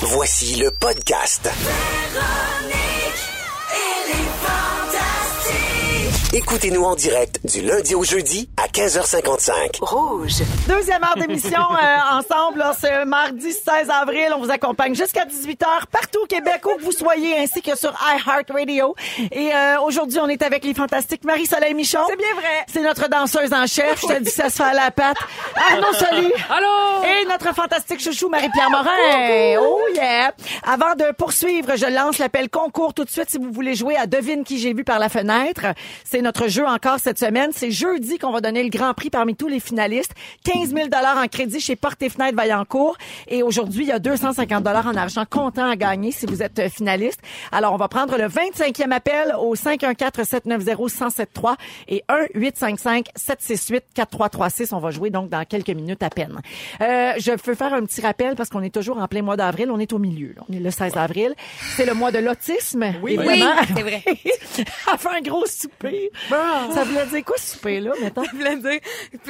Voici le podcast. Écoutez-nous en direct du lundi au jeudi à 15h55. Deuxième heure d'émission euh, ensemble, là, ce mardi 16 avril. On vous accompagne jusqu'à 18h partout au Québec, où que vous soyez, ainsi que sur iHeartRadio. Et euh, aujourd'hui, on est avec les fantastiques Marie-Soleil Michon. C'est bien vrai. C'est notre danseuse en chef. Je te dis, ça se fait à la patte. Ah, Arnaud Soli. Allô? Et notre fantastique chouchou Marie-Pierre Morin. Oh yeah! Avant de poursuivre, je lance l'appel concours tout de suite si vous voulez jouer à Devine qui j'ai vu par la fenêtre. C'est notre jeu encore cette semaine. C'est jeudi qu'on va donner le grand prix parmi tous les finalistes. 15 000 en crédit chez Porte et Fenêtre Vaillancourt. Et aujourd'hui, il y a 250 en argent comptant à gagner si vous êtes euh, finaliste. Alors, on va prendre le 25e appel au 514-790-1073 et 1-855-768-4336. On va jouer donc dans quelques minutes à peine. Euh, je veux faire un petit rappel parce qu'on est toujours en plein mois d'avril. On est au milieu. là. On est le 16 avril. C'est le mois de l'autisme. Oui, c'est vrai. Elle fait un gros souper. Ça voulait dire quoi, ce souper, là, mettons? Je voulais dire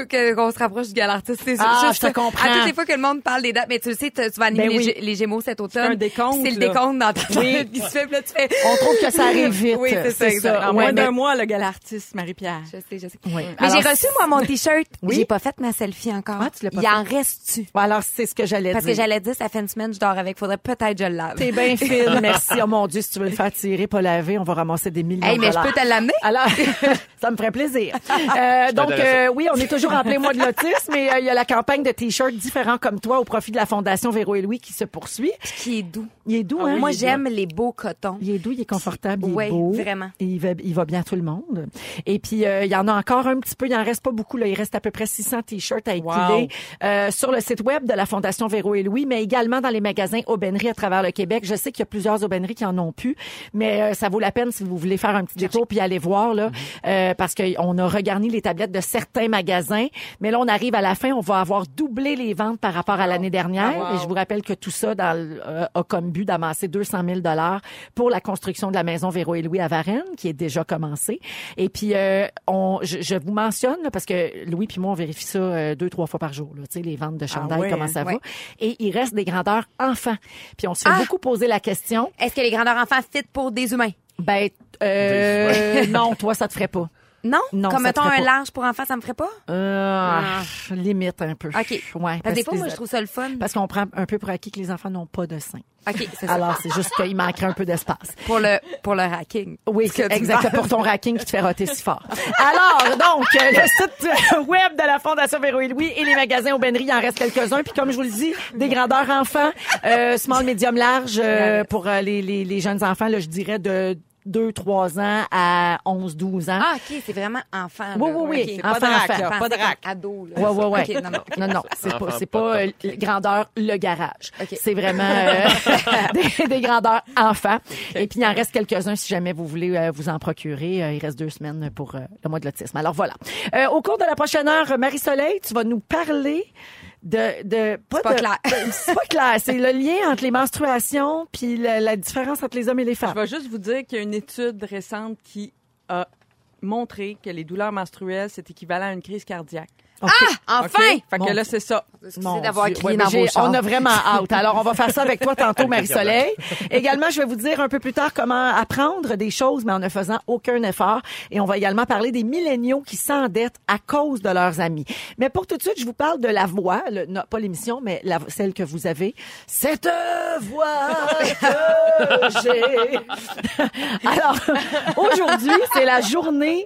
que- qu'on se rapproche du galartiste. C'est Ah, sûr. je te comprends. À toutes les fois que le monde parle des dates, mais tu le sais, tu tu vas animer Ben les oui. Gé- les, Gémeaux cet automne. un décompte, C'est le là. décompte dans ta Oui. tête qui se fait, puis là, tu fais... On trouve que ça arrive vite. Oui, c'est ça, C'est ça. exactement. En Ouais, moins mais- d'un mois, le gars artiste, Marie-Pierre. Ah, Je sais, je sais. Oui. Mais Alors, j'ai reçu, moi, mon T-shirt. Oui. J'ai pas fait ma selfie encore. Ah, tu l'as pas Il fait. en reste-tu? Bon, Alors, c'est ce que j'allais Parce que dire. j'allais dire, ça fait une semaine, je dors avec. Faudrait peut-être que je le lave. T'es bien fine, merci. Oh mon Dieu, si tu veux le faire tirer, pas laver, on va ramasser des millions Hey, de mais je dollars. peux te l'amener? Alors, ça me ferait plaisir. Euh, donc, euh, oui, on est toujours en plein mois de l'autisme et euh, il y a la campagne de T-shirts différents comme toi au profit de la Fondation Véro et Louis Ah, qui se poursuit. Qui est doux. Il est doux, hein? Ah, Moi, Il est j'aime les beaux cotons. Il est doux, il est confortable, il est Ouais, beau. vraiment. Et il va, il va bien à tout le monde. Et puis, euh, il y en a encore un petit peu. Il en reste pas beaucoup. Là. Il reste à peu près 600 T-shirts à équiler euh, sur le site web de la Fondation Véro et Louis, mais également dans les magasins aubaineries à travers le Québec. Je sais qu'il y a plusieurs aubaineries qui en ont pu, mais euh, ça vaut la peine si vous voulez faire un petit détour puis aller voir, là, Mm-hmm. euh, parce qu'on a regarni les tablettes de certains magasins. Mais là, on arrive à la fin. On va avoir doublé les ventes par rapport à l'année dernière. Ah, Et je vous rappelle que tout ça dans, le- euh, a comme but d'amasser 200 000 pour la construction de la maison Véro et Louis à Varennes, qui est déjà commencée. Et puis, euh, on, je, je vous mentionne, là, parce que Louis puis moi, on vérifie ça euh, deux, trois fois par jour, là, tu sais, les ventes de chandail, ouais, comment ça hein? va. Ouais. Et il reste des grandeurs enfants. Puis on se fait Ah! beaucoup poser la question, Est-ce que les grandeurs enfants fit pour des humains? ben, euh, non, toi, ça te ferait pas. Non? Non, Comme ça mettons te ferait un pas. large pour enfants, ça me ferait pas? Euh, Ah. Limite un peu. OK. Ouais, Parce que des fois, que- moi, je trouve ça le fun. parce qu'on prend un peu pour acquis que les enfants n'ont pas de seins. OK, c'est ça. Alors, c'est juste qu'il manquerait un peu d'espace. Pour le, pour le hacking. Oui, Parce que tu exact, parles. pour ton racking qui te fait roter si fort. Alors, donc, euh, le site euh, web de la Fondation Véro et Louis et les magasins Aubainerie, il en reste quelques-uns. Puis comme je vous le dis, des grandeurs enfants, euh, small, medium, large euh, pour euh, les, les, les jeunes enfants, là, je dirais de 2-3 ans à 11-12 ans. Ah, OK, c'est vraiment enfant. Oui, là. oui, oui. OK. pas Enfant, de rack, enfant. là. Pas de rack. Ado, là. Ouais, ouais, ouais. OK, non, non. non, non, c'est pas, Enfant, c'est pas pas de euh, le- grandeur le garage. OK. C'est vraiment euh, des, des grandeurs enfants. Et puis il en reste quelques-uns si jamais vous voulez euh, vous en procurer. Euh, il reste deux semaines pour euh, le mois de l'autisme. Alors voilà. Euh, au cours de la prochaine heure, euh, Marie-Soleil, tu vas nous parler de de pas, pas de- clair. c'est pas clair. C'est le lien entre les menstruations puis la, la différence entre les hommes et les femmes. Je vais juste vous dire qu'il y a une étude récente qui a montré que les douleurs menstruelles, c'est équivalent à une crise cardiaque. Ah, OK? enfin! Fait Mon que là, c'est ça. Mon Excusez d'avoir Dieu. crié Ouais, mais dans j'ai- vos chars. On a vraiment hâte. Alors, on va faire ça avec toi tantôt, Marie-Soleil. Également, je vais vous dire un peu plus tard comment apprendre des choses, mais en ne faisant aucun effort. Et on va également parler des milléniaux qui s'endettent à cause de leurs amis. Mais pour tout de suite, je vous parle de la voix, le- non, pas l'émission, mais la- celle que vous avez. Cette voix que j'ai. Alors, aujourd'hui, c'est la journée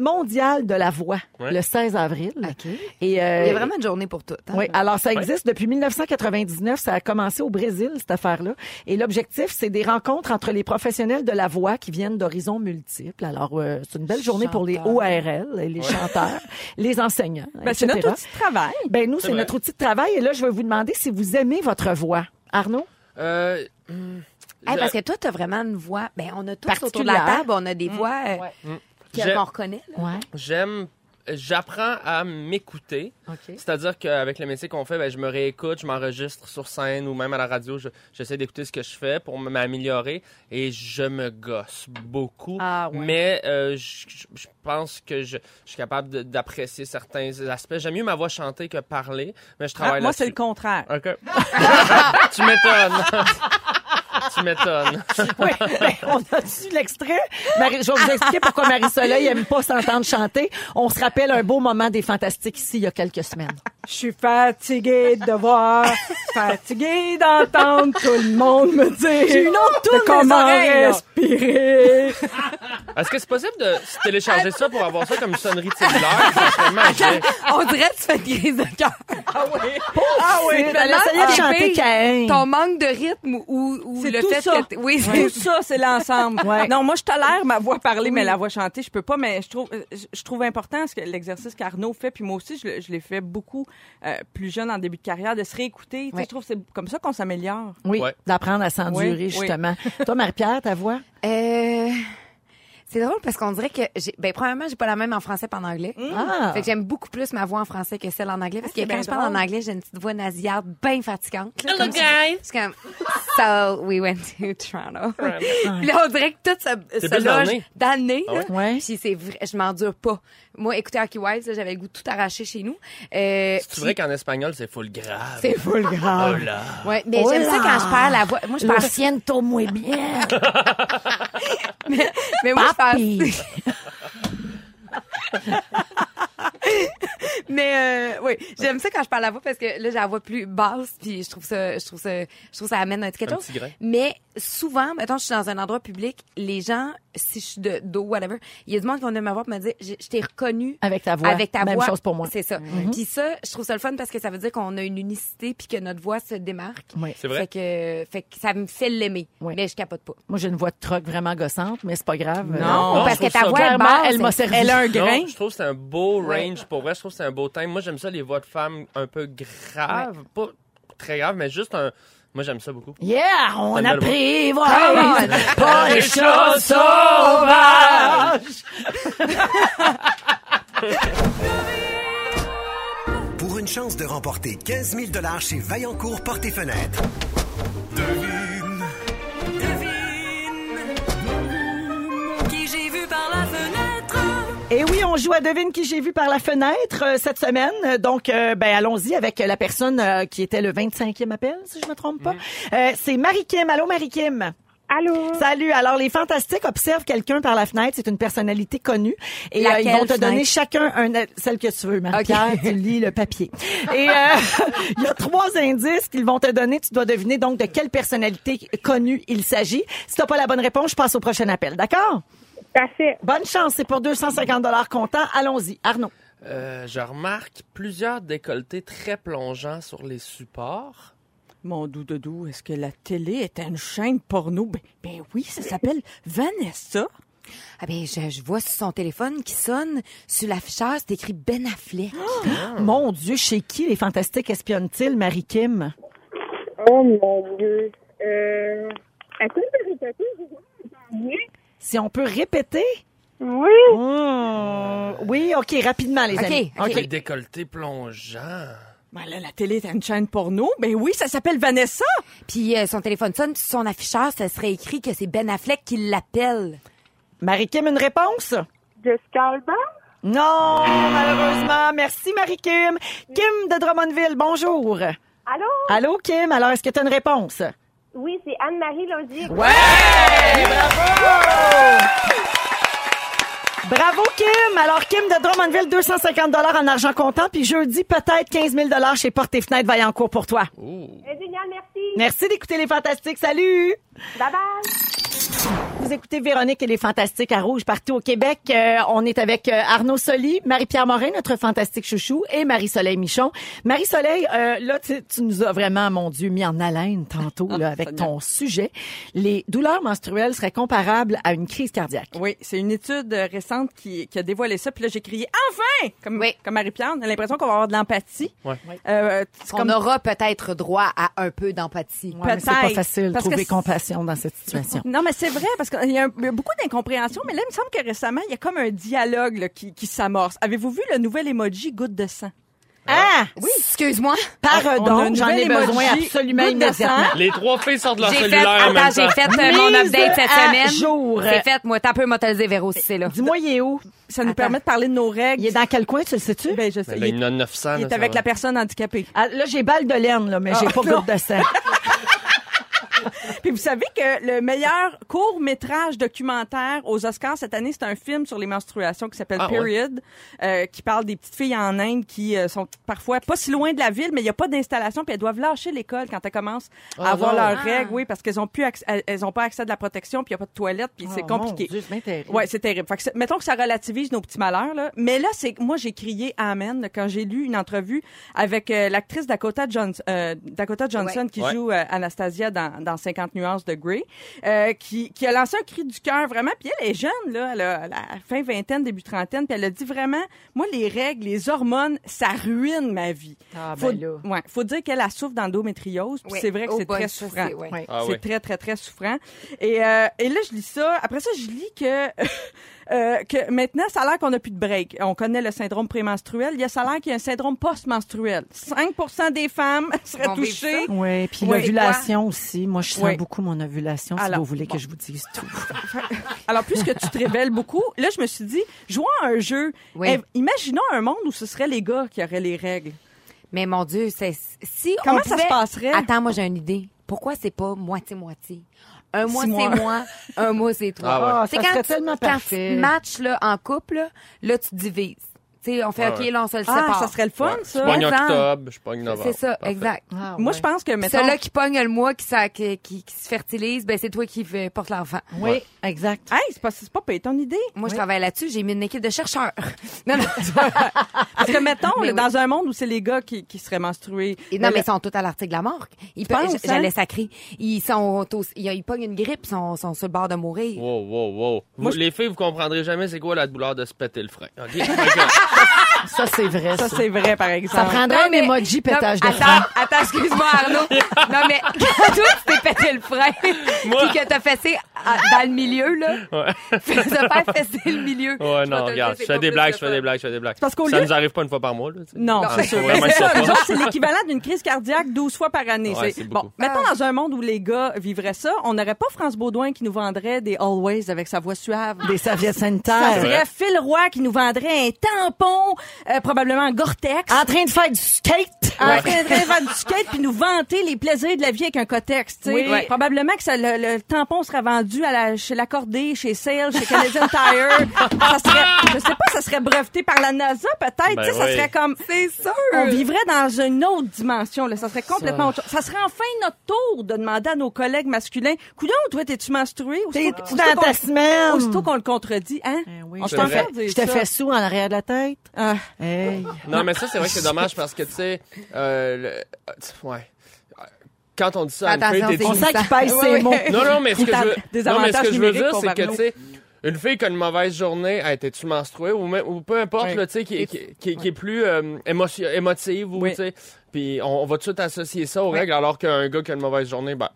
mondiale de la voix, Ouais. le 16 avril. OK. Il Et euh, y a vraiment une journée pour toutes. hein. oui, alors ça existe depuis 1999. Ça a commencé au Brésil, cette affaire-là. Et l'objectif, c'est des rencontres entre les professionnels de la voix qui viennent d'horizons multiples. Alors, euh, c'est une belle journée pour les Chanteurs. ORL, les chanteurs, les enseignants, Ben, c'est etc. notre outil de travail. Ben, nous, c'est vrai. notre outil de travail. Et là, je vais vous demander si vous aimez votre voix. Arnaud? Euh, hmm, Hey, je- Eh, parce que toi, t'as vraiment une voix. Ben, on a tous autour de la Particulière. table, on a des voix euh, Ouais. que- J'ai- qu'on reconnaît. là. Ouais. j'aime j'apprends à m'écouter. OK. C'est-à-dire qu'avec le métier qu'on fait, ben, je me réécoute, je m'enregistre sur scène ou même à la radio. je- J'essaie d'écouter ce que je fais pour m- m'améliorer et je me gosse beaucoup. Ah ouais. Mais euh, je je- je pense que je, je suis capable de- d'apprécier certains aspects. J'aime mieux ma voix chantée que parler, mais je Ah, travaille moi, c'est là-dessus. le contraire. OK. tu m'étonnes. tu m'étonnes. Oui, ben, on a su l'extrait. Marie- je vais vous expliquer pourquoi Marie-Soleil aime pas s'entendre chanter. On se rappelle un beau moment des Fantastiques ici, il y a quelques semaines. Je suis fatiguée de voir, fatiguée d'entendre tout le monde me J'ai une dire autre toune dans les comment oreilles, là. respirer. Est-ce que c'est possible de se télécharger ça pour avoir ça comme sonnerie de cellulaire? Ça serait magique. On dirait que tu fais des crises de cœur. Ah oui, C'est elle tellement essayait de chanter typé. Caïn. Ton manque de rythme ou, ou C'est le tout fait ça. que... t- Oui, c'est Tout ça, c'est l'ensemble. Ouais. Non, moi, je tolère ma voix parler, mais la voix chantée, je peux pas. Mais je trouve, je je trouve important ce que l'exercice qu'Arnaud fait, puis moi aussi, je, le- je l'ai fait beaucoup euh, plus jeune en début de carrière, de se réécouter. Tu sais, Ouais. Je trouve que c'est comme ça qu'on s'améliore. Oui, Ouais. d'apprendre à s'endurer, Oui, oui. justement. Toi, Marie-Pierre, ta voix? Euh, c'est drôle parce qu'on dirait que j'ai ben premièrement j'ai pas la même en français qu'en anglais. Ah. Fait que j'aime beaucoup plus ma voix en français que celle en anglais parce que Ah, c'est quand bien je parle drôle. en anglais, j'ai une petite voix nasillarde bien fatigante. là, Hello, comme ça. guys. C'est comme So we went to Toronto. Puis là, on dirait que tout se, plus se dans le loge nez. dans le nez. Ah là. ouais? Ouais. Puis c'est vrai, je m'endure pas. Moi, écouter Hockey Wives, là, j'avais le goût de tout arraché chez nous. Euh, C'est vrai qu'en espagnol, c'est full grave. c'est full Oh grave. là. Ouais, mais Oh j'aime ça là. quand je perds la voix. Moi, je La parle sienne tourne moins bien. Mais moi, je Papi. pense. Mais euh, oui, j'aime ça quand je parle la voix parce que là, j'ai la voix plus basse, puis je trouve ça, je trouve ça, je trouve ça amène un petit quelque Un chose. petit grain. Mais souvent, mettons, je suis dans un endroit public, les gens, si je suis de dos, whatever, il y a du monde qui vont venir me voir pour me dire, je, je t'ai reconnu Avec ta voix. Avec ta Même voix. chose pour moi. Mm-hmm. C'est ça. Puis ça, je trouve ça le fun parce que ça veut dire qu'on a une unicité puis que notre voix se démarque. Oui. C'est vrai. Fait que, fait que ça me fait l'aimer. Oui. Mais je capote pas. Moi, j'ai une voix de troc vraiment gossante, mais c'est pas grave. Euh, Non, Non, parce je trouve que ta ça voix est Clairement, basse. elle m'a servi. Elle a un Non, grain. je trouve que c'est un beau range pour vrai. Je trouve que c'est un beau thème. Moi, j'aime ça, les voix de femmes un peu graves. Pas très graves, mais juste un. Moi, j'aime ça beaucoup. Ah, Yeah, on T'as une belle appris, voilà, pas les choses sauvages. Pour une chance de remporter 15 000 chez Vaillancourt Porte et Fenêtres. Devine, Et Eh oui, on joue à devine qui j'ai vu par la fenêtre euh, cette semaine. Euh, Donc, euh, ben allons-y avec euh, la personne euh, qui était le 25e appel, si je me trompe pas. Euh, c'est Marie Kim. Allô, Marie Kim. Allô? Salut. Alors, les fantastiques observent quelqu'un par la fenêtre. C'est une personnalité connue. Et euh, ils Laquelle vont te donner fenêtre? chacun un, celle que tu veux, Marie-Pierre. Tu lis le papier. Et euh, il y a trois indices qu'ils vont te donner. Tu dois deviner donc de quelle personnalité connue il s'agit. Si t'as pas la bonne réponse, je passe au prochain appel. D'accord? Parfait. Bonne chance. C'est pour 250 dollars comptant. Allons-y. Arnaud. Euh, je remarque plusieurs décolletés très plongeants sur les supports. Mon doux doudou, est-ce que la télé était une chaîne porno? Ben, ben oui, ça s'appelle Vanessa. Ah ben, je, je vois sur son téléphone qui sonne, sur l'afficheur, c'est écrit Ben Affleck. Ah. Mon Dieu, chez qui les fantastiques espionnent-ils, Marie-Kim? Oh mon Dieu. Euh... Est-ce que tu peux répéter? Oui. Si on peut répéter? Oui. Hmm. Oui, OK, rapidement, les OK, amis. OK. Les décolletés plongeants. Ben là, la télé était une chaîne porno. Ben oui, ça s'appelle Vanessa. Puis euh, son téléphone sonne, puis sur son afficheur, ça serait écrit que c'est Ben Affleck qui l'appelle. Marie-Kim, une réponse? Jessica Alba? Non, malheureusement. Merci, Marie-Kim. Kim de Drummondville, bonjour. Allô? Allô, Kim. Alors, est-ce que tu as une réponse? Oui, c'est Anne-Marie Laudier. Bravo, Kim. Alors, Kim de Drummondville, 250 en argent comptant. Puis jeudi, peut-être 15 000 chez Porte et Fenêtre Vaillancourt pour toi. Eh, Génial, merci. Merci d'écouter Les Fantastiques. Salut! Bye bye. Vous écoutez Véronique et les Fantastiques à Rouge partout au Québec. Euh, on est avec euh, Arnaud Soli, Marie-Pierre Morin, notre fantastique chouchou, et Marie-Soleil Michon. Marie-Soleil, euh, là, tu, tu nous as vraiment, mon Dieu, mis en haleine tantôt Ah, là, avec ton sujet. Les douleurs menstruelles seraient comparables à une crise cardiaque. Oui, c'est une étude euh, récente qui, qui a dévoilé ça. Puis là, j'ai crié enfin, comme, Oui. comme Marie-Pierre, on a l'impression qu'on va avoir de l'empathie. Ouais. Euh, c'est Qu'on comme- aura peut-être droit à un peu d'empathie. Ouais, mais c'est pas peut-être. facile de Parce que trouver c'est- compassion dans cette situation. Non, mais c'est vrai, parce parce qu'il y, a un- il y a beaucoup d'incompréhension, mais là, il me semble que récemment, il y a comme un dialogue là, qui, qui s'amorce. Avez-vous vu le nouvel emoji goutte de sang? Ah! Oui. Excuse-moi. On a Pardon, un j'en ai nouvel besoin emoji, absolument goutte de immédiatement. sang. Les trois filles sortent leur J'ai cellulaire fait, en même attends, j'ai temps. fait euh, mon Mise update cette à semaine. jour. C'est fait. Moi, t'as peu m'autoriser Véro si c'est là. Dis-moi, il est où? Ça nous Attends. permet de parler de nos règles. Il est dans quel coin, tu le sais-tu? Ben, je sais, Mais là, il il y est- en a 900. il là, est ça avec va. la personne handicapée. Ah, là, j'ai balle de laine, là, mais Ah, j'ai pas goutte de sang. Puis vous savez que le meilleur court-métrage documentaire aux Oscars cette année, c'est un film sur les menstruations qui s'appelle Ah, ouais. Period, euh, qui parle des petites filles en Inde qui euh, sont parfois pas si loin de la ville, mais il n'y a pas d'installation, puis elles doivent lâcher l'école quand elles commencent à Ah, avoir non. leurs règles, oui, parce qu'elles ont plus accès- elles- elles ont pas accès à de la protection, puis il n'y a pas de toilette, puis c'est Oh, compliqué. mon Dieu, c'est bien terrible. Ouais, c'est terrible. Fait que c'est- mettons que ça relativise nos petits malheurs là, mais là c'est moi j'ai crié amen quand j'ai lu une entrevue avec euh, l'actrice Dakota Johnson euh, Dakota Johnson qui Ouais. joue euh, Anastasia dans, dans 50 nuances de Grey euh, qui qui a lancé un cri du cœur vraiment puis elle est jeune là, elle a la fin vingtaine début trentaine puis elle a dit vraiment moi les règles, les hormones, ça ruine ma vie. Ah, Faut, ben là. ouais, faut dire qu'elle a souffre d'endométriose, puis Ouais. c'est vrai que Oh c'est boy, très ça, souffrant. c'est- ouais. Ouais. Ah c'est ouais. très, très, très souffrant. Et, euh, et là, je lis ça. Après ça, je lis que, euh, que maintenant, ça a l'air qu'on n'a plus de break. On connaît le syndrome prémenstruel. Il y a ça a l'air qu'il y a un syndrome post-menstruel. 5 des femmes seraient Vont vivre touchées. Oui, puis Ouais. l'ovulation aussi. Moi, je sens Ouais. beaucoup mon ovulation, si Alors, vous voulez bon. que je vous dise tout. Alors, puisque tu te révèles beaucoup, là, je me suis dit, jouons à un jeu. Oui. Eh, Imaginons un monde où ce serait les gars qui auraient les règles. Mais mon Dieu, c'est si on Comment ça pouvait- se passerait? Attends, moi j'ai une idée. Pourquoi c'est pas moitié moitié Un mois Six mois. c'est moi, un mois c'est toi. Ah ouais. Ah, C'est ça quand serait tu- tellement quand parfait. tu matches là, en couple, là, là, tu divises. Tu sais, on fait Ouais, OK, ouais. là on se le Ah, sépare. ça serait le fun, Ouais. Je ça. pogne Par octobre, je pogne novembre. C'est ça, Parfait. exact. Ah, Moi, ouais. je pense que, mettons... Celui-là qui pogne le mois, qui, s'a- qui, qui- qui se fertilise, ben c'est toi qui fais- porte l'enfant. Oui, exact. Hey, c'est pas, c'est pas payé ton idée. Moi, je travaille là-dessus. J'ai mis une équipe de chercheurs. Non, non. Parce que, mettons, Mais là, dans un monde où c'est les gars qui, qui seraient menstrués. Euh, Et Mais non, mais là- ils sont tous à l'article de la mort. Ils Tu penses, peuvent, hein? j'allais sacrer. Ils sont tous, ils, ils pognent une grippe, ils sont, sont sur le bord de mourir. Wow, wow, wow. Moi, Vous- je- Les filles, vous comprendrez jamais c'est quoi la douleur de se péter le frein. OK? Ça, c'est vrai. Ah, Ça, Ça, c'est vrai, par Ça exemple. prendrait un mais- emoji pétage de attends, frein. attends, excuse-moi, Arnaud. non, mais quand toi, tu t'es pété le frein, Moi- puis que t'as fessé à- dans le milieu, là. Ouais. Fais te faire fesser le milieu. Ouais, vais te non, le regarde, dire, je c'est fais pas des plus blagues, le je fais fun. des blagues, je fais des blagues. Parce qu'au ça lieu- nous arrive pas une fois par mois, là. tu sais. Non, Ah, c'est faut sûr. vraiment Mais que ça, ça nous passe. autres, c'est l'équivalent d'une crise cardiaque 12 fois par année. Ouais, c'est c'est bon. beaucoup. Mettons dans un monde où les gars vivraient ça, on n'aurait pas France Baudouin qui nous vendrait des Always avec sa voix suave. Des serviettes Ça sanitaires. serait Phil Roy qui nous vendrait un tampon, euh, probablement un Gore-Tex. En train de faire du skate. En train de faire du skate puis nous vanter les plaisirs de la vie avec un cotex, tu sais. Oui. Ouais. Probablement que ça- le, le tampon serait vendu à la, chez l'accordé, chez Sale, chez Canadian Tire. ça serait, je sais pas, ça serait breveté par la NASA peut-être, Ben tu sais, ça oui. serait comme C'est sûr. on vivrait dans une autre dimension. Là. Ça serait complètement autre chose. Ça serait enfin notre tour de demander à nos collègues masculins Coudon, toi, t'es-tu menstrué T'es dans Aussitôt qu'on- aussitôt ta qu'on- semaine. Aussitôt qu'on le contredit, hein Eh oui, On je se t'en vrai. fait dire Je te ça. fais sous en arrière de la tête. Ah. Hey. Non, mais ça, c'est vrai que c'est dommage parce que, tu sais, euh, le- euh, tu- ouais. Quand on dit ça à une Attention, fille, c'est t'es-tu On sent qu'il Ça- pèse Ouais, ses ouais. mots. Non, non, mais ce que je Des veux, non, mais ce avantages que je veux dire, numériques c'est que, pour tu sais, une fille qui a une mauvaise journée, hey, t'es-tu menstruée ou, même- ou peu importe, Oui. là, tu sais, qui, qui, qui, qui est plus euh, émotion- émotive ou, Oui. tu sais, puis on, on va tout de suite associer ça aux règles alors qu'un gars qui a une mauvaise journée, ben,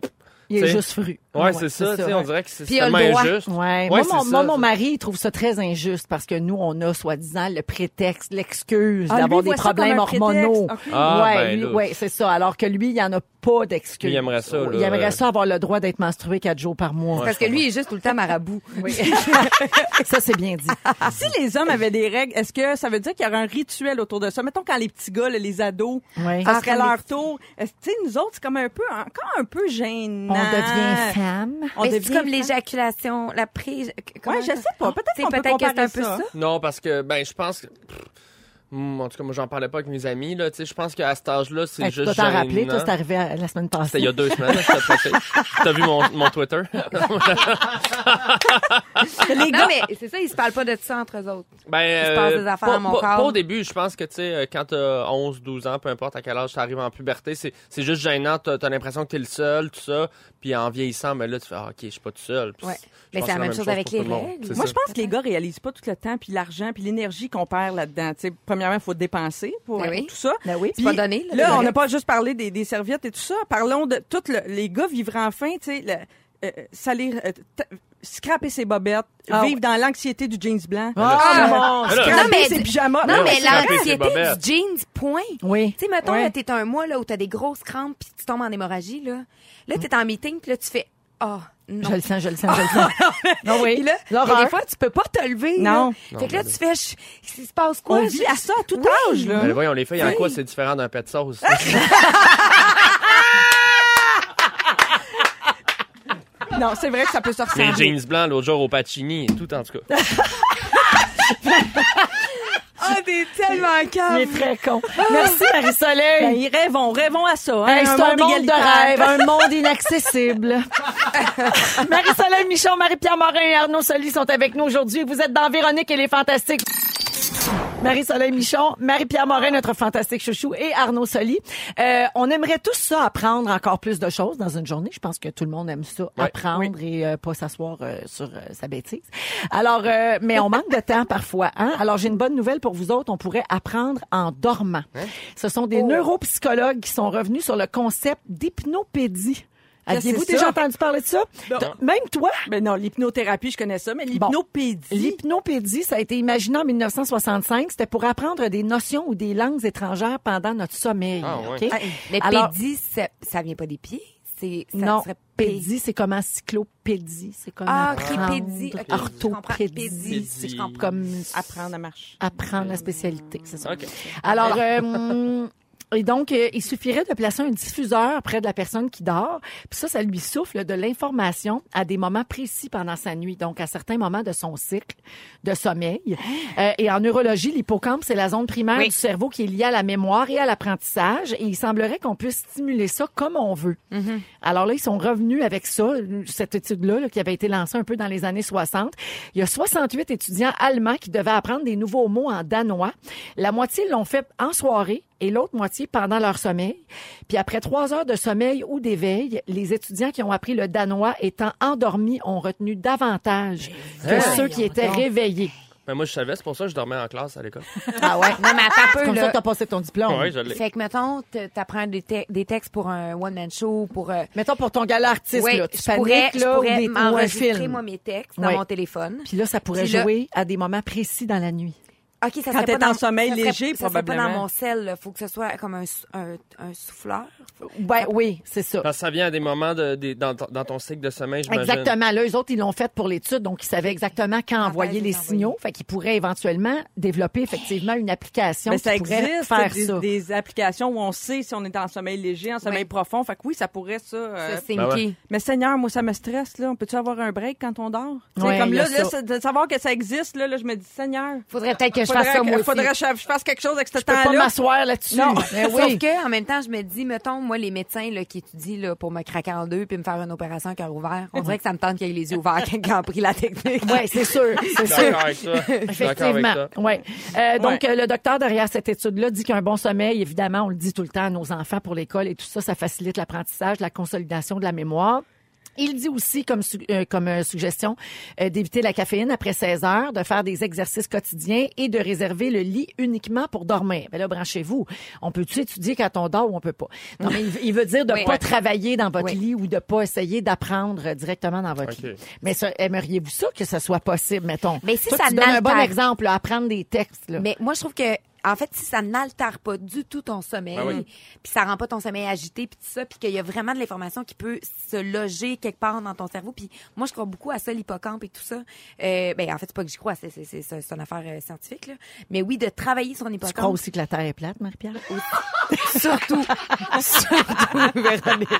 Il est T'sais. juste fru. Ah ouais, c'est ça, tu sais, on dirait que c'est Puis il a le tellement droit. injuste. Ouais. Ouais, moi, c'est mon, ça, moi, mon c'est- mari, il trouve ça très injuste parce que nous, on a soi-disant le prétexte, l'excuse Ah, lui, d'avoir il des voit ça comme problèmes un prétexte. hormonaux. Ok. Ah, ouais, ben lui, là. ouais, c'est ça. Alors que lui, il n'y en a pas d'excuse. Lui, il aimerait ça, là. Il aimerait ça avoir le droit d'être menstrué quatre jours par mois. Parce que lui, il est juste tout le temps marabout. Oui. ça, c'est bien dit. Si les hommes avaient des règles, est-ce que ça veut dire qu'il y aurait un rituel autour de ça Mettons quand les petits gars, là, les ados, Ouais. ça Ah, serait quand leur tour. Est-ce- Tu sais, nous autres, c'est comme un peu, encore un peu On gênant. devient femme. On Mais devient c'est comme femme. l'éjaculation, la prise. Ouais, je sais pas. Peut-être qu'on peut que c'est un comparer peu ça. ça. Non, parce que, ben, je pense que. pff, hmm, en tout cas, moi, j'en parlais pas avec mes amis, là. Tu sais, je pense qu'à cet âge-là, c'est Hey, tu juste. dois t'en rappeler, gênant. toi, c'est arrivé à- la semaine C'était il y passée. a deux semaines, je t'ai passé. T'as vu mon, mon Twitter? Les Non, gars, mais c'est ça, ils se parlent pas de ça entre eux autres. Ben, Je passe des affaires pas, à mon pas- corps. pas au début, je pense que, tu sais, euh, quand t'as 11, 12 ans, peu importe à quel âge t'arrives en puberté, c'est c'est juste gênant, t'as as, l'impression que t'es le seul, tout ça, puis en vieillissant, mais là, tu fais, ah, ok, je suis pas tout seul. Puis Ouais. je Mais pense c'est la que même chose avec pour tout les le monde. règles. C'est Moi, ça. je pense que les gars réalisent pas tout le temps, puis l'argent, puis l'énergie qu'on perd là-dedans. Tu sais, premièrement, il faut dépenser pour Ben oui. pour tout ça. Ben oui. C'est pas donné, là, Là, le on n'a reste. pas juste parlé des, des serviettes et tout ça. Parlons de tout le- les gars vivre enfin, tu sais, le- euh, ça les, euh, t- scraper ses bobettes, Ah vivre dans l'anxiété du jeans blanc, Ah, mon, mais là- scraper Non, mais ses du- pyjamas. Non, Ah, mais c'est frappé, l'anxiété c'est bobette. du jeans, point. Oui. Tu sais, mettons, Ouais. là, t'es un mois là, où t'as des grosses crampes puis tu tombes en hémorragie. Là, là t'es en meeting puis là, tu fais Ah, non. Je le sens, je le sens, je le sens. non, oui. Puis là, L'horreur. mais des fois, tu peux pas te lever. Non. là. Fait que là, Non, tu fais, je- il se passe quoi? On Je- vit à ça à tout Oui. âge, là. Ben Mais ben, voyons, les feuilles, en quoi c'est différent d'un pet de sauce? Non, c'est vrai que ça peut se ressembler. Les jeans blancs l'autre jour au Pacini, tout en tout cas. Ah, t'es tellement Il calme. est très con. Merci, Marie-Soleil. Ben, ils rêvons, rêvons à ça. hein, Hey, c'est un, monde de égalitaire. rêve, un monde inaccessible. Marie-Soleil Michon, Marie-Pierre Morin et Arnaud Soli sont avec nous aujourd'hui. Vous êtes dans Véronique et les Fantastiques. Marie-Soleil Michon, Marie-Pierre Morin, notre fantastique chouchou, et Arnaud Soli. Euh, on aimerait tous ça apprendre encore plus de choses dans une journée. Je pense que tout le monde aime ça, apprendre et euh, pas s'asseoir euh, sur euh, sa bêtise. Alors, euh, mais on manque de temps parfois. Hein? Alors, j'ai une bonne nouvelle pour vous autres. On pourrait apprendre en dormant. Hein? Ce sont Oh. des neuropsychologues qui sont revenus sur le concept d'hypnopédie. Qu'est-ce Aviez-vous que c'est déjà ça? entendu parler de ça? Même toi? Ben non, l'hypnothérapie, je connais ça, mais l'hypnopédie. L'hypnopédie, ça a été imaginé en 1965. C'était pour apprendre des notions ou des langues étrangères pendant notre sommeil. Ah, ouais. OK? Mais Alors- pédie, ça, ça vient pas des pieds? C'est, ça non, serait pédie, c'est comme encyclopédie. C'est comme Ah, ok, apprendre. pédie, ok, je comprends. Orthopédie, Pédie, c'est je comme comprends. Apprendre à marcher. apprendre la spécialité. C'est ça. OK. Alors, euh, et donc, euh, il suffirait de placer un diffuseur près de la personne qui dort. Puis ça, ça lui souffle de l'information à des moments précis pendant sa nuit, donc à certains moments de son cycle de sommeil. Euh, et en neurologie, l'hippocampe, c'est la zone primaire Oui. du cerveau qui est liée à la mémoire et à l'apprentissage. Et il semblerait qu'on puisse stimuler ça comme on veut. Alors là, ils sont revenus avec ça, cette étude-là là, qui avait été lancée un peu dans les années 60. Il y a 68 étudiants allemands qui devaient apprendre des nouveaux mots en danois. La moitié l'ont fait en soirée et l'autre moitié pendant leur sommeil. Puis après trois heures de sommeil ou d'éveil, les étudiants qui ont appris le danois étant endormis ont retenu davantage que Hey. Hein? ceux qui étaient réveillés. Mais Ben, moi, je savais, c'est pour ça que je dormais en classe à l'école. Ah ouais? Non, mais attends un peu, Comme ça, là. t'as passé ton diplôme. Oui, je l'ai. Fait que, mettons, te- t'apprends des, te- des textes pour un one-man show, pour... euh, Mettons pour ton gala artiste, ouais, là, tu je pourrais, paniques, je là, ou pourrais des- ou un m'enregistrer, film. moi, mes textes dans Ouais. mon téléphone. Puis là, ça pourrait Puis là- jouer à des moments précis dans la nuit. OK, ça Quand serait t'es pas dans en sommeil ça serait- léger, ça serait pas dans probablement. mon sel, là. Faut que ce soit comme un, sou- un, un souffleur. Ouais, oui, c'est ça. Parce que ça vient à des moments de, des- dans, ton- dans ton cycle de sommeil, j'imagine. Exactement. Là, eux autres, ils l'ont fait pour l'étude, donc ils savaient exactement quand envoyer ils les envoyaient. signaux. Fait qu'ils pourraient éventuellement développer effectivement une application Mais qui Ben, ça pourrait existe, faire des, ça. des applications où on sait si on est en sommeil léger, en sommeil Ouais. profond. Fait que oui, ça pourrait ça. euh, Ça, c'est ben Mickey. mais Seigneur, moi, ça me stresse, là. On peut-tu avoir un break quand on dort? Tu sais, Ouais, comme il y a là, là, ça. ça- de savoir que ça existe, là, là, je me dis, Seigneur, Faudrait peut-être que je faudrait, fasse ça, moi que, aussi. faudrait que je je fasse quelque chose avec ce Je peux pas temps-là. m'asseoir là-dessus. Non. Mais Sauf oui. que, en même temps, je me dis, mettons, moi, les médecins là, qui étudient là, pour me craquer en deux puis me faire une opération à cœur ouvert, on dirait que ça me tente qu'il y ait les yeux ouverts quand ils ont pris la technique. Ouais, c'est sûr, c'est Je suis sûr. d'accord avec ça. Je suis d'accord avec Effectivement, ça. oui. donc, euh, le docteur derrière cette étude-là dit qu'un bon sommeil, évidemment, on le dit tout le temps à nos enfants pour l'école et tout ça, ça facilite l'apprentissage, la consolidation de la mémoire. Il dit aussi, comme, su- euh, comme euh, suggestion, euh, d'éviter la caféine après 16 heures, de faire des exercices quotidiens et de réserver le lit uniquement pour dormir. Ben là, branchez-vous. On peut-tu étudier quand on dort ou on peut pas? Non, mais il, veut- il veut dire de Oui. pas travailler dans votre Oui. lit ou de pas essayer d'apprendre euh, directement dans votre Ok. lit. Mais ça, aimeriez-vous ça que ça soit possible, mettons? Mais si Toi, ça tu donnes un bon n'altère- exemple, là, apprendre des textes. Là. Mais moi, je trouve que, en fait, si ça n'altère pas du tout ton sommeil, Ben oui. puis ça rend pas ton sommeil agité, puis tout ça, puis qu'il y a vraiment de l'information qui peut se loger quelque part dans ton cerveau, puis moi, je crois beaucoup à ça, l'hippocampe et tout ça. Euh, ben, en fait, c'est pas que j'y crois, c'est, c'est, c'est, c'est- c'est une affaire euh, scientifique, là. Mais oui, de travailler sur tu crois l'hippocampe, aussi que la Terre est plate, Marie-Pierre? surtout, surtout, Véronique.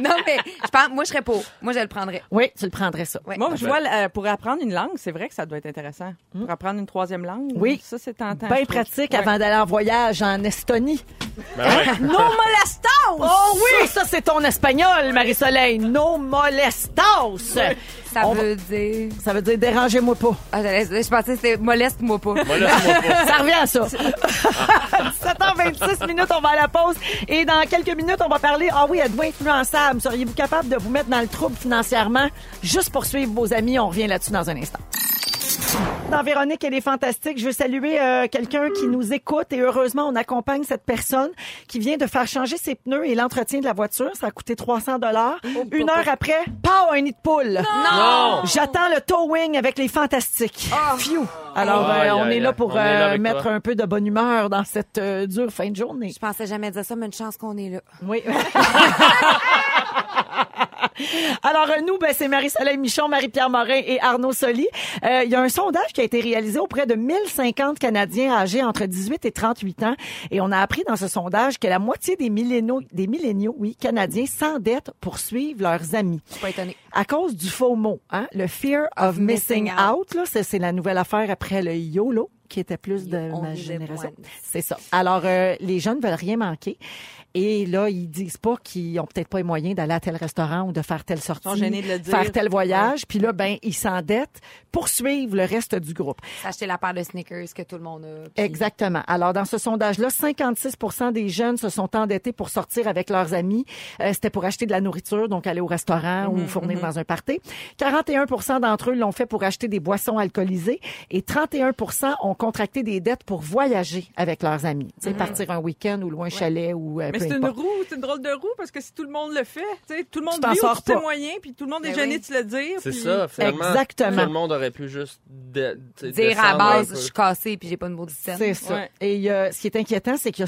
non, mais je pense, moi, je serais pour. Moi, je le prendrais. Oui, tu le prendrais ça. Ouais. Moi, je vois, euh, pour apprendre une langue, c'est vrai que ça doit être intéressant. Pour apprendre une troisième langue, Hmm. Oui. ça, c'est tentant. Bien je trouve. pratique Ouais. avant d'aller en voyage en Estonie. Ben ouais. No molestos! Oh oui! Ça, c'est ton espagnol, Marie-Soleil. No molestos! Ça On va- veut dire... Ça veut dire dérangez-moi pas. Ah, je, je pensais que c'était moleste-moi pas. Moi, Ben là, c'est mon- Ça revient à ça. 7h26 minutes, on va à la pause. Et dans quelques minutes, on va parler. Ah oui, êtes-vous influençable? Seriez-vous capable de vous mettre dans le trouble financièrement? Juste pour suivre vos amis, on revient là-dessus dans un instant. Dans Véronique, elle est fantastique. Je veux saluer euh, quelqu'un qui nous écoute et heureusement, on accompagne cette personne qui vient de faire changer ses pneus et l'entretien de la voiture. Ça a coûté 300 dollars. Une heure après, pas un nid de poule. Non! J'attends le towing avec les fantastiques. Phew. Alors, Aïe, euh, on aïe, est là aïe. pour On est là euh, avec mettre toi. un peu de bonne humeur dans cette euh, dure fin de journée. Je pensais jamais dire ça, mais une chance qu'on est là. Oui. Alors, euh, nous, ben, c'est Marie-Soleil Michon, Marie-Pierre Morin et Arnaud Soli. Euh, Il y a un sondage qui a été réalisé auprès de 1050 Canadiens âgés entre 18 et 38 ans. Et on a appris dans ce sondage que la moitié des milléniaux, des milléniaux oui, Canadiens s'endettent pour suivre leurs amis. Je suis pas étonnée. À cause du faux mot, hein, le fear of missing, Missing out, là, c'est, c'est la nouvelle affaire après le YOLO qui était plus de On ma vivait génération. once. C'est ça. Alors, euh, les jeunes veulent rien manquer. Et là, ils disent pas qu'ils ont peut-être pas les moyens d'aller à tel restaurant ou de faire telle sortie, sont gênés de le dire. faire tel voyage. Puis là, ben, ils s'endettent pour suivre le reste du groupe. S'acheter la paire de sneakers que tout le monde a. puis- Exactement. Alors, dans ce sondage-là, 56 des jeunes se sont endettés pour sortir avec leurs amis. Euh, C'était pour acheter de la nourriture, donc aller au restaurant Mhm, ou fournir dans un party. 41 d'entre eux l'ont fait pour acheter des boissons alcoolisées et 31 ont contracté des dettes pour voyager avec leurs amis. Tu sais, partir un week-end ou loin chalet ou euh, Mhm. Mais peu c'est une importe. roue, c'est une drôle de roue parce que si tout le monde le fait, tu sais, tout le monde t'en vit sors au petit pas. Ben moyen, puis tout le monde est Mais gêné oui. de se le dire. C'est puis- ça, finalement. Exactement. Tout le monde aurait pu juste de- tu sais, Dire à la descendre un base, peu. je suis cassée puis j'ai pas une maudite scène. C'est ça. Ouais. Et euh, ce qui est inquiétant, c'est qu'il y a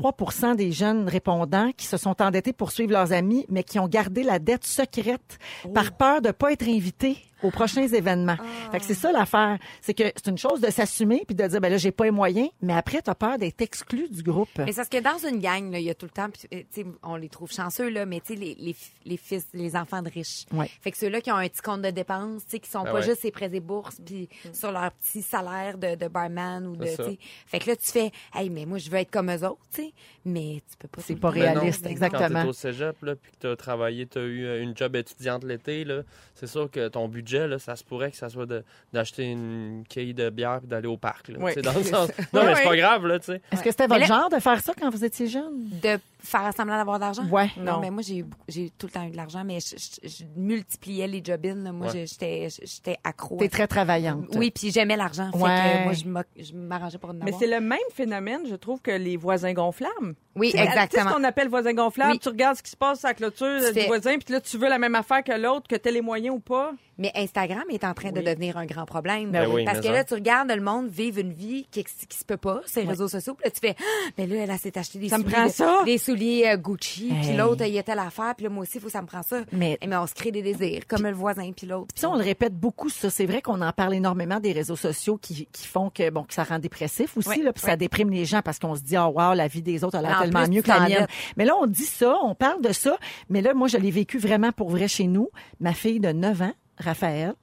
63 des jeunes répondants qui se sont endettés pour suivre leurs amis, mais qui ont gardé la dette secrète par peur de pas être invités aux prochains événements. Fait que c'est ça l'affaire. C'est que c'est une chose de s'assumer puis de dire, ben là, j'ai pas les moyens, mais après, t'as peur d'être exclu du groupe. Mais c'est parce que dans une gang, là, il y a tout le temps, puis, euh, tu sais, on les trouve chanceux, là, mais tu sais, les, les, les fils, les enfants de riches. Ouais. Ben Fait que ceux-là qui ont un petit compte de dépenses, tu sais, qui sont Ah pas ouais. juste les prêts et bourses, puis Mm. sur leur petit salaire de, de barman ou de, C'est ça. tu sais. Fait que là, tu fais, hey, mais moi, je veux être comme eux autres, tu sais, mais tu peux pas. C'est tout le pas temps. Ben non. réaliste, Ben non. exactement. Quand t'es au cégep, là, puis que t'as travaillé, t'as eu euh, une job étudiante l'été, là, c'est sûr que ton budget, là, ça se pourrait que ça soit de- d'acheter une quille de bière puis d'aller au parc, là. Oui. Tu sais, dans le sens... Non, mais c'est Oui, pas oui. grave, là, tu sais. Est-ce que c'était Mais votre là- genre de faire ça quand vous étiez jeune? De faire semblant d'avoir de l'argent? Ouais. Non, Non. mais moi, j'ai eu beaucoup- j'ai tout le temps eu de l'argent, mais je, je- je multipliais les jobins. là. Moi, Ouais. j'étais j'étais accro. T'es à très travaillante. Oui, puis j'aimais l'argent. Fait Ouais. que moi, je m'oc- je m'arrangeais pour en Mais avoir. c'est le même phénomène, je trouve, que les voisins gonflables. Oui, Tu sais, Tu sais ce exactement. qu'on appelle voisin gonflable? Oui. Tu regardes ce qui se passe à la clôture euh, Tu du fais- voisin, puis là, tu veux la même affaire que l'autre, que t'aies les moyens ou pas. Mais Instagram est en train de devenir un grand problème. Ben oui, parce mais que ça. là, tu regardes le monde vivre une vie qui, ex- qui se peut pas sur les réseaux sociaux. Puis là, tu fais, Ah, mais là, elle, elle s'est acheté des Ça me souliers, prend de- ça. des souliers euh, Gucci. Puis Hey. l'autre, il y a telle affaire. Puis là, moi aussi, il faut que ça me prend ça. Mais- Eh, mais on se crée des désirs, comme le voisin, puis l'autre. Puis ça, on le répète beaucoup, ça. C'est vrai qu'on en parle énormément des réseaux sociaux qui, qui font que, bon, que ça rend dépressif aussi, Ouais, là, puis ça déprime les gens parce qu'on se dit, oh wow, la vie des autres a Mais l'air en tellement plus, mieux tu que la t'en mienne. laisses. Mais là, on dit ça, on parle de ça, mais là, moi, je l'ai vécu vraiment pour vrai chez nous. Ma fille de 9 ans, Raphaël,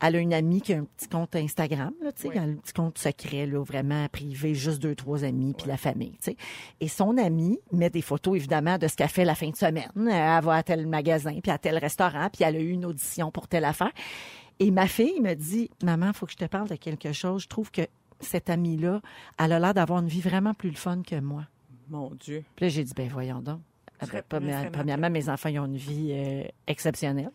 elle a une amie qui a un petit compte Instagram, là, tu sais, un petit compte secret, là, vraiment privé, juste deux, trois amis, puis la famille, tu sais. Et son amie met des photos, évidemment, de ce qu'elle fait la fin de semaine. Euh, Elle va à tel magasin, puis à tel restaurant, puis elle a eu une audition pour telle affaire. Et ma fille me dit, maman, faut que je te parle de quelque chose. Je trouve que cette amie-là, elle a l'air d'avoir une vie vraiment plus le fun que moi. Mon Dieu. Puis là, j'ai dit, ben voyons donc. Après, première- premièrement, mes enfants ils ont une vie euh, exceptionnelle.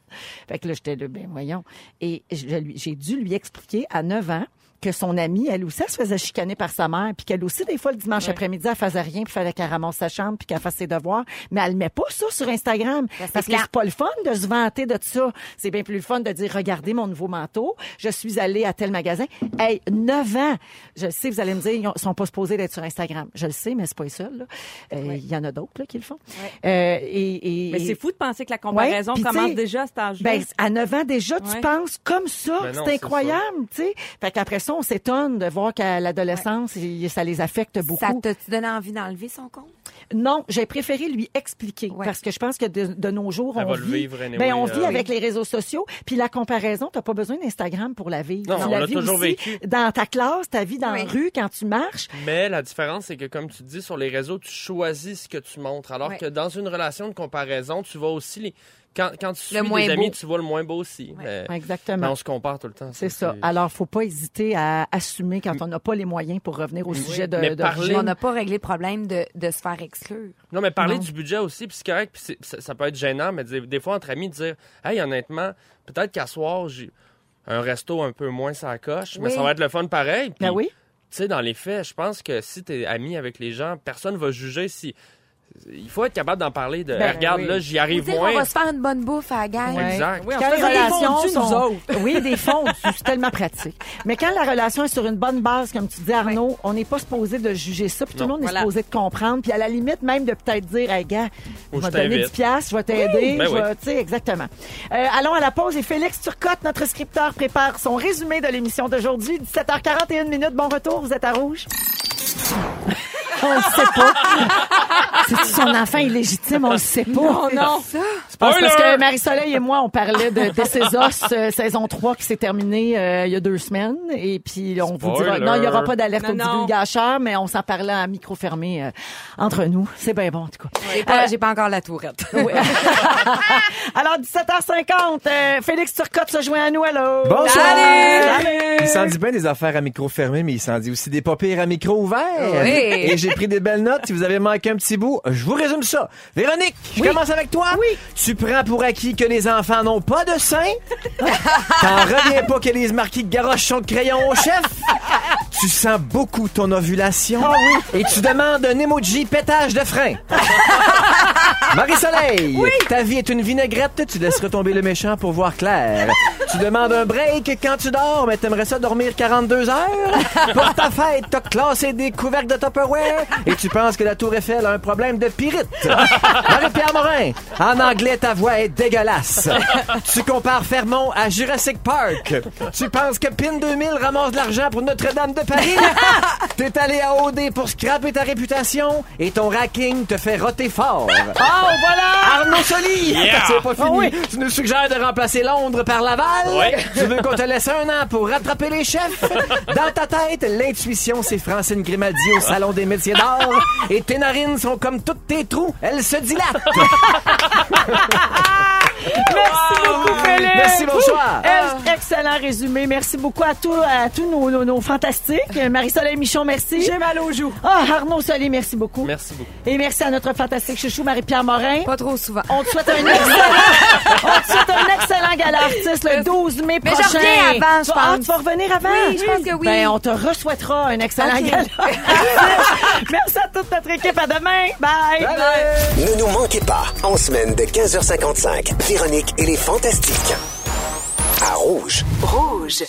Fait que là, j'étais là, ben voyons. Et je lui- j'ai dû lui expliquer à 9 ans que son amie, elle aussi, elle se faisait chicaner par sa mère, puis qu'elle aussi, des fois, le dimanche après-midi, elle faisait rien, puis fallait qu'elle ramasse sa chambre, puis qu'elle fasse ses devoirs. Mais elle met pas ça sur Instagram, c'est parce que clair. c'est pas le fun de se vanter de ça. C'est bien plus le fun de dire, regardez mon nouveau manteau, je suis allée à tel magasin. Hey, 9 ans! Je le sais, vous allez me dire, ils ont- sont pas supposés d'être sur Instagram. Je le sais, mais c'est pas les seuls. là. Euh, Il y en a d'autres là, qui le font. Euh, et, et- Mais et- c'est fou de penser que la comparaison Ouais, puis tu commence sais, déjà à cet âge-là. ben, à 9 ans déjà, tu Ouais. penses comme ça. Ben non, c'est c'est incroyable, tu sais. Fait qu'après ça, on s'étonne de voir qu'à l'adolescence, il- ça les affecte beaucoup. Ça t'a-tu donné envie d'enlever son compte? Non, j'ai préféré lui expliquer Ouais. parce que je pense que de, de nos jours, Elle on va le vit, vivre anyway, ben, on euh, vit oui. avec les réseaux sociaux. Puis la comparaison, t'as pas besoin d'Instagram pour la vivre. Non, tu on la l'a vis toujours aussi vécu. dans ta classe, ta vie dans Oui. la rue, quand tu marches. Mais la différence, c'est que comme tu dis, sur les réseaux, tu choisis ce que tu montres. Alors Ouais. que dans une relation de comparaison, tu vois aussi les... Quand, quand tu suis Le moins des amis, beau. tu vois le moins beau aussi. Mais- mais Exactement. on se compare tout le temps. C'est ça. Alors, faut pas hésiter à assumer quand on n'a pas les moyens pour revenir au sujet de, Mais de- parler- On n'a pas réglé le problème de, de se faire exclure. Non, mais parler Non. du budget aussi, puis c'est correct, puis c'est- ça, ça peut être gênant, mais des, des fois, entre amis, de dire, hey, honnêtement, peut-être qu'à soir, j'ai- un resto un peu moins ça coche, mais Oui. ça va être le fun pareil. Puis, Ben oui. Tu sais, dans les faits, je pense que si t'es ami avec les gens, personne va juger si. Il faut être capable d'en parler. De, Ben regarde, oui. là, j'y Vous arrive dire, on moins. va se faire une bonne bouffe à la gang. Ouais. Exact. Oui, on Quand se les faisait des relations fondues, nous sont... autres. Oui, des fondues, c'est tellement pratique. Mais quand la relation est sur une bonne base, comme tu dis, Arnaud, on n'est pas supposé de juger ça, puis tout le Non. monde est Voilà. supposé de comprendre, puis à la limite même de peut-être dire, hey gars, je Ou vais je te donner t'invite. 10 piastres, je vais t'aider, Ben je oui. vais- tu sais, exactement. Euh, allons à la pause et Félix Turcotte, notre scripteur, prépare son résumé de l'émission d'aujourd'hui, 17h41 minutes. Bon retour, vous êtes à rouge. on le sait pas. C'est son enfant illégitime, on le sait pas. Oh non. Parce, Ah, parce Spoiler! que Marie-Soleil et moi, on parlait de, de ces os, euh, saison 3 qui s'est terminée euh, il y a deux semaines. Et puis, on vous dira... Spoiler! Non, il n'y aura pas d'alerte au Non, non. divulgateur, gâcheur, mais on s'en parlait à micro fermé euh, entre nous. C'est bien bon, en tout cas. J'ai pas, j'ai pas encore la tourette. Oui. Alors, 17h50, euh, Félix Turcotte se joint à nous. Allô? Bonsoir! Salut! Il s'en dit bien des affaires à micro fermé, mais il s'en dit aussi des pas pires à micro ouvert. Oui. Et j'ai pris des belles notes. Si vous avez manqué un petit bout, je vous résume ça. Véronique, je commence avec toi. Oui. Tu prends pour acquis que les enfants n'ont pas de sein. T'en reviens pas que les marquis garochent son crayon au chef. Tu sens beaucoup ton ovulation. Et tu demandes un emoji pétage de frein. Marie-Soleil, ta vie est une vinaigrette, tu laisses retomber le méchant pour voir clair. tu demandes un break quand tu dors, mais t'aimerais ça dormir 42 heures. Pour ta fête, t'as classé des couvercles de Tupperware et tu penses que la Tour Eiffel a un problème de pyrite. Marie-Pierre Morin, en anglais, ta voix est dégueulasse. tu compares Fermont à Jurassic Park. Tu penses que PIN 2000 ramasse de l'argent pour Notre-Dame de Paris. T'es allé à OD pour scraper ta réputation et ton racking te fait roter fort. Oh, voilà! Arnaud Soli! C'est pas fini. Ah oui. Tu nous suggères de remplacer Londres par Laval. Ouais. Tu veux qu'on te laisse un an pour rattraper les chefs. Dans ta tête, l'intuition, c'est Francine Grimaldi au Salon des métiers d'art. Et tes narines sont comme toutes tes trous. Elles se dilatent. Merci beaucoup, Félix. Merci, bonsoir. Ouh, ex- Excellent résumé. Merci beaucoup à tous, à tous nos, nos- nos fantastiques. Euh, Marie-Soleil Michon, merci. J'ai mal aux joues. Ah, Arnaud Solé, merci beaucoup. Merci beaucoup. Et merci à notre fantastique chouchou Marie-Pierre Morin. Pas trop souvent. On te souhaite un excellent, on te souhaite un excellent gala artiste le 12 mai Mais je prochain. reviens avant, je Tu vas- ah, pense. tu vas revenir avant? Oui, je pense que oui. Ben, on te re-souhaitera un excellent Ok. gala artiste. merci à toute notre équipe. À demain. Bye. Ne nous manquez pas, en semaine de 15h55, Véronique et les Fantastiques. À Rouge. Rouge.